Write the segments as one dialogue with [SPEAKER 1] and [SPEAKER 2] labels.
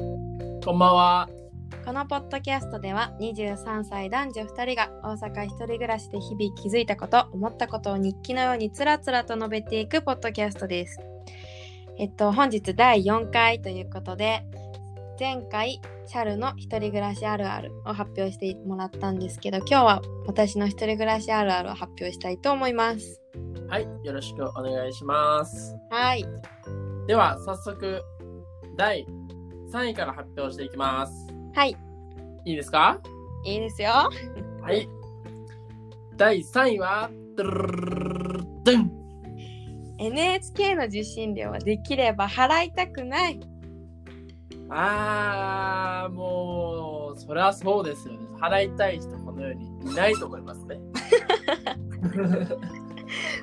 [SPEAKER 1] こんばんは。
[SPEAKER 2] このポッドキャストでは23歳男女2人が大阪一人暮らしで日々気づいたこと思ったことを日記のようにつらつらと述べていくポッドキャストです。えっと本日第4回ということで前回チャルの一人暮らしあるあるを発表してもらったんですけど今日は私の一人暮らしあるあるを発表したいと思います。
[SPEAKER 1] はい、よろしくお願いします。
[SPEAKER 2] はい。
[SPEAKER 1] では、早速、第3位から発表していきます。
[SPEAKER 2] はい。
[SPEAKER 1] いいですか
[SPEAKER 2] いいですよ。
[SPEAKER 1] はい。第3位は、ドゥルルルルルルルドゥン
[SPEAKER 2] NHK の受信料はできれば払いたくない。
[SPEAKER 1] あー、もう、そりゃそうですよね。払いたい人、この世にいないと思いますね。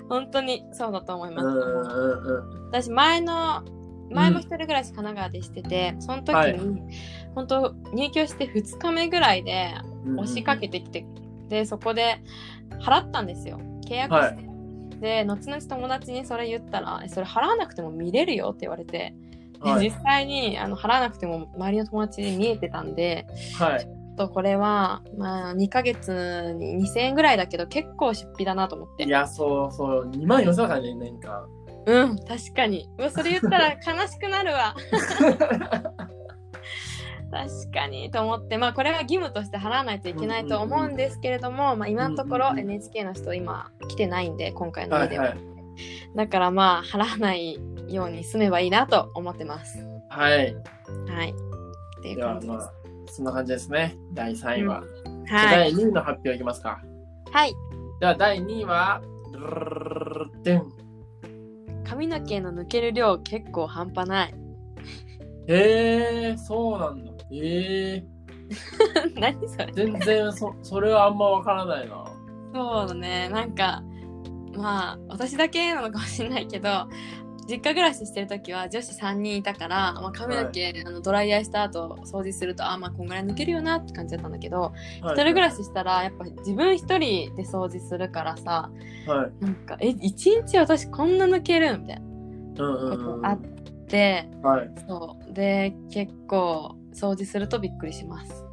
[SPEAKER 2] 本当にそうだと思いうま
[SPEAKER 1] んう
[SPEAKER 2] す。
[SPEAKER 1] んうん。
[SPEAKER 2] 私前の前
[SPEAKER 1] うん
[SPEAKER 2] も一人暮らし神奈川でしてて、その時に、
[SPEAKER 1] はい
[SPEAKER 2] 本当入居して2日目ぐらいで押しかけてきて、でそこで払ったんですよ契約して、で後々友達にそれ言ったらえ「それ払わなくても見れるよ」って言われて、で
[SPEAKER 1] はい。
[SPEAKER 2] 実際にあの払わなくても周りの友達に見えてたんで
[SPEAKER 1] はい。
[SPEAKER 2] ちょっとこれは、まあ、2ヶ月に2000円ぐらいだけど結構出費だなと思って
[SPEAKER 1] いや、そうそう、2万4000からね、年間。
[SPEAKER 2] うん確かにうわそれ言った ら悲しくなるわ確かにと思ってまあこれは義務として払わないといけないと思うんですけれども、まあ、今のと
[SPEAKER 1] う
[SPEAKER 2] こ
[SPEAKER 1] ん
[SPEAKER 2] ろ
[SPEAKER 1] うんうん
[SPEAKER 2] NHK の人今来てないんで今回の
[SPEAKER 1] は
[SPEAKER 2] 家
[SPEAKER 1] い
[SPEAKER 2] で
[SPEAKER 1] は
[SPEAKER 2] は、
[SPEAKER 1] い。
[SPEAKER 2] だからまあ払わないように済めばいいなと思ってます
[SPEAKER 1] はい。
[SPEAKER 2] はいっていう
[SPEAKER 1] では
[SPEAKER 2] 感じ
[SPEAKER 1] ま
[SPEAKER 2] です
[SPEAKER 1] あそんな感じですね第3位は、
[SPEAKER 2] うん
[SPEAKER 1] じゃあ
[SPEAKER 2] は
[SPEAKER 1] 第
[SPEAKER 2] い
[SPEAKER 1] 2位の発表いきますか
[SPEAKER 2] はい
[SPEAKER 1] では第2位はでん
[SPEAKER 2] 髪の毛の抜ける量結構半端ない
[SPEAKER 1] へえそうなんだへえ
[SPEAKER 2] 何それ
[SPEAKER 1] 全然そそれはあんまわからないな
[SPEAKER 2] そうだねなんかまあ私だけなのかもしれないけど実家暮らししてる時は女子3人いたから、まあ、髪の毛、あのドライヤーした後掃除するとあまあこんぐらい抜けるよなって感じだったんだけど一
[SPEAKER 1] 一
[SPEAKER 2] 人暮らししたらやっぱ自分一人で掃除するからさ
[SPEAKER 1] はい
[SPEAKER 2] なんかえ一日私こんな抜けるみたいな
[SPEAKER 1] うんう
[SPEAKER 2] こ
[SPEAKER 1] んう
[SPEAKER 2] と
[SPEAKER 1] ん
[SPEAKER 2] あ
[SPEAKER 1] は
[SPEAKER 2] って、
[SPEAKER 1] い
[SPEAKER 2] そうで結構掃除するとびっくりします。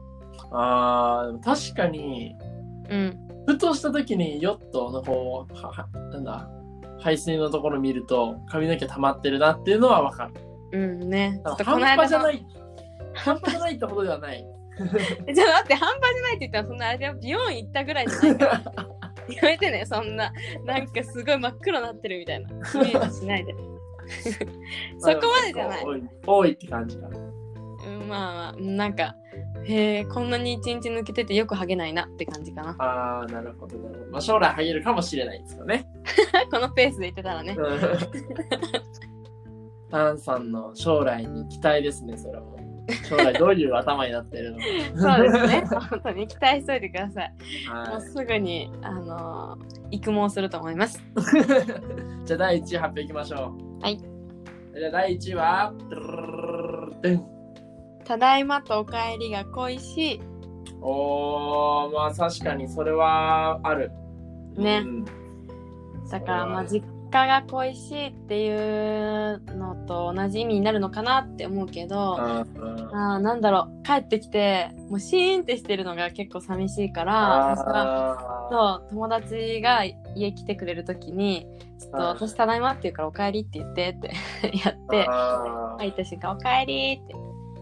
[SPEAKER 1] あーでも確かに
[SPEAKER 2] うん、
[SPEAKER 1] ふとした時にヨットのこうははなんだ排水のところ見ると髪の毛溜まってるなっていうのはわかる
[SPEAKER 2] うんね、ちょっとこ
[SPEAKER 1] 半
[SPEAKER 2] の間
[SPEAKER 1] 端
[SPEAKER 2] の
[SPEAKER 1] じゃ ない半端じゃないってことではない
[SPEAKER 2] えじゃあ待って半端じゃないって言ったらそんなあれだよ美容院行ったぐらいじゃないからやめてねそんななんかすごい真っ黒になってるみたいなイメージし ないでそこまでじゃない、
[SPEAKER 1] 多い多いって感じかな
[SPEAKER 2] うん、まあまあなんかへえこんなに一日抜けててよくハゲないなって感じかな
[SPEAKER 1] ああ、なるほど、なるほど。まあ、将来ハゲるかもしれないですよね。
[SPEAKER 2] このペースで言ってたらね
[SPEAKER 1] タンさんの将来に期待ですね、それはもう。将来どういう頭になってるのか。
[SPEAKER 2] そうです ね本当に期待しといてくださいもう
[SPEAKER 1] は
[SPEAKER 2] すぐにあのー育毛すると思います
[SPEAKER 1] い。 じゃあ、第1位発表いきましょう。
[SPEAKER 2] はい。
[SPEAKER 1] じゃあ、第1位は、ドゥルルルルルルン
[SPEAKER 2] ただいまとおかえりが恋しい
[SPEAKER 1] おー、まあ確かにそれはある。
[SPEAKER 2] ね
[SPEAKER 1] うん
[SPEAKER 2] だからまあ実家が恋しいっていうのと同じ意味になるのかなって思うけど、
[SPEAKER 1] うんうん
[SPEAKER 2] あーなんだろう帰ってきてもうシーンってしてるのが結構寂しいから私は
[SPEAKER 1] あ
[SPEAKER 2] そう友達が家来てくれる時に「ちょっと
[SPEAKER 1] はい
[SPEAKER 2] 私ただいま」って言うから「おかえり」って言ってって やっ
[SPEAKER 1] ー
[SPEAKER 2] て
[SPEAKER 1] あー
[SPEAKER 2] 入った瞬間「おかえり」って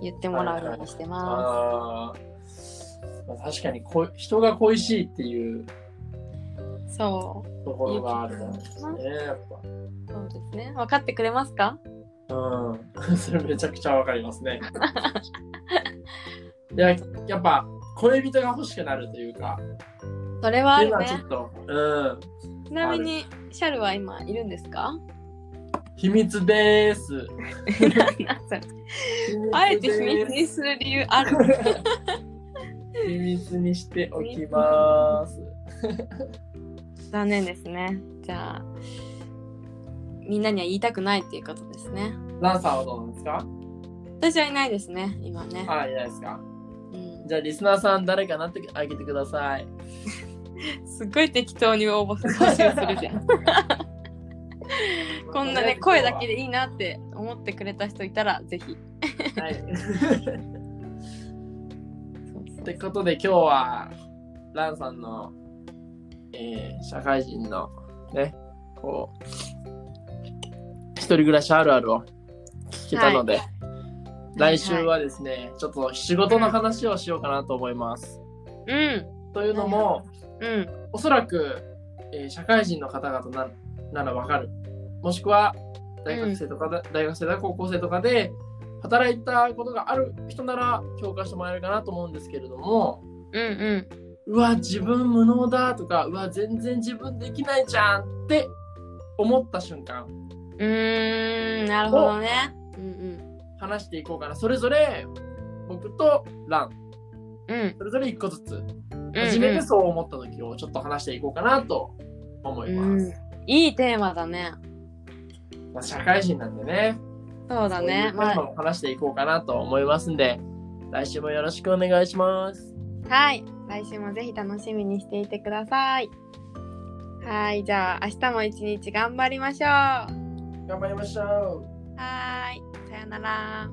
[SPEAKER 2] 言ってもらうようにしてま
[SPEAKER 1] あーまあ確かにこい人が恋しいっていう
[SPEAKER 2] す。そ
[SPEAKER 1] ところがあるんです
[SPEAKER 2] う
[SPEAKER 1] ねやっぱ
[SPEAKER 2] そうですね分かってくれますか
[SPEAKER 1] うんそれめちゃくちゃわかります ねいややっぱ恋人が欲しくなるというか
[SPEAKER 2] それはあ
[SPEAKER 1] っていう
[SPEAKER 2] る
[SPEAKER 1] のはちょ
[SPEAKER 2] ね
[SPEAKER 1] っと、うん
[SPEAKER 2] ちなみにシャルは今いるんですか
[SPEAKER 1] 秘密です
[SPEAKER 2] なんそれあえて秘密にする理由ある
[SPEAKER 1] 秘密にしておきます
[SPEAKER 2] 残念ですね。じゃあ、みんなには言いたくないっていうことですね。
[SPEAKER 1] ランさんはどうなんですか
[SPEAKER 2] 私はいないですね、今ね。
[SPEAKER 1] あいいじゃないですか
[SPEAKER 2] うん、
[SPEAKER 1] じゃあリスナーさん誰かなってあげてください
[SPEAKER 2] すっごい適当に応募募集するじゃん。 こんなね、声だけでいいなって思ってくれた人いたら、ぜひ。
[SPEAKER 1] はい。ってことで今日はランさんの、えー社会人のねこう一人暮らしあるあるを聞けたので、来週はですね、ちょっと仕事の話をしようかなと思います。
[SPEAKER 2] うん
[SPEAKER 1] というのも、
[SPEAKER 2] うん
[SPEAKER 1] おそらく、えー社会人の方々なならわかる。もしくは大学生とかだ、大学生だ高校生とかで働いたことがある人なら評価してもらえるかなと思うんですけれども、
[SPEAKER 2] うんう
[SPEAKER 1] う
[SPEAKER 2] ん
[SPEAKER 1] わ、自分無能だとか、うわ、全然自分できないじゃんって思った瞬間、
[SPEAKER 2] うーんなるほどねうん
[SPEAKER 1] 話していこうかな。それぞれ僕とラン、
[SPEAKER 2] うんうん
[SPEAKER 1] それぞれ1個ずつ、
[SPEAKER 2] うん
[SPEAKER 1] 初めてそう思った時をちょっと話していこうかなと思います。
[SPEAKER 2] うんいいテーマだね
[SPEAKER 1] まあ、社会人なんでね、
[SPEAKER 2] そうだねまあ
[SPEAKER 1] 今も話していこうかなと思いますんで、来週もよろしくお願いします。
[SPEAKER 2] はい来週もぜひ楽しみにしていてくださいはいじゃあ明日も一日頑張りましょう
[SPEAKER 1] 頑張りましょう。
[SPEAKER 2] はーいさよなら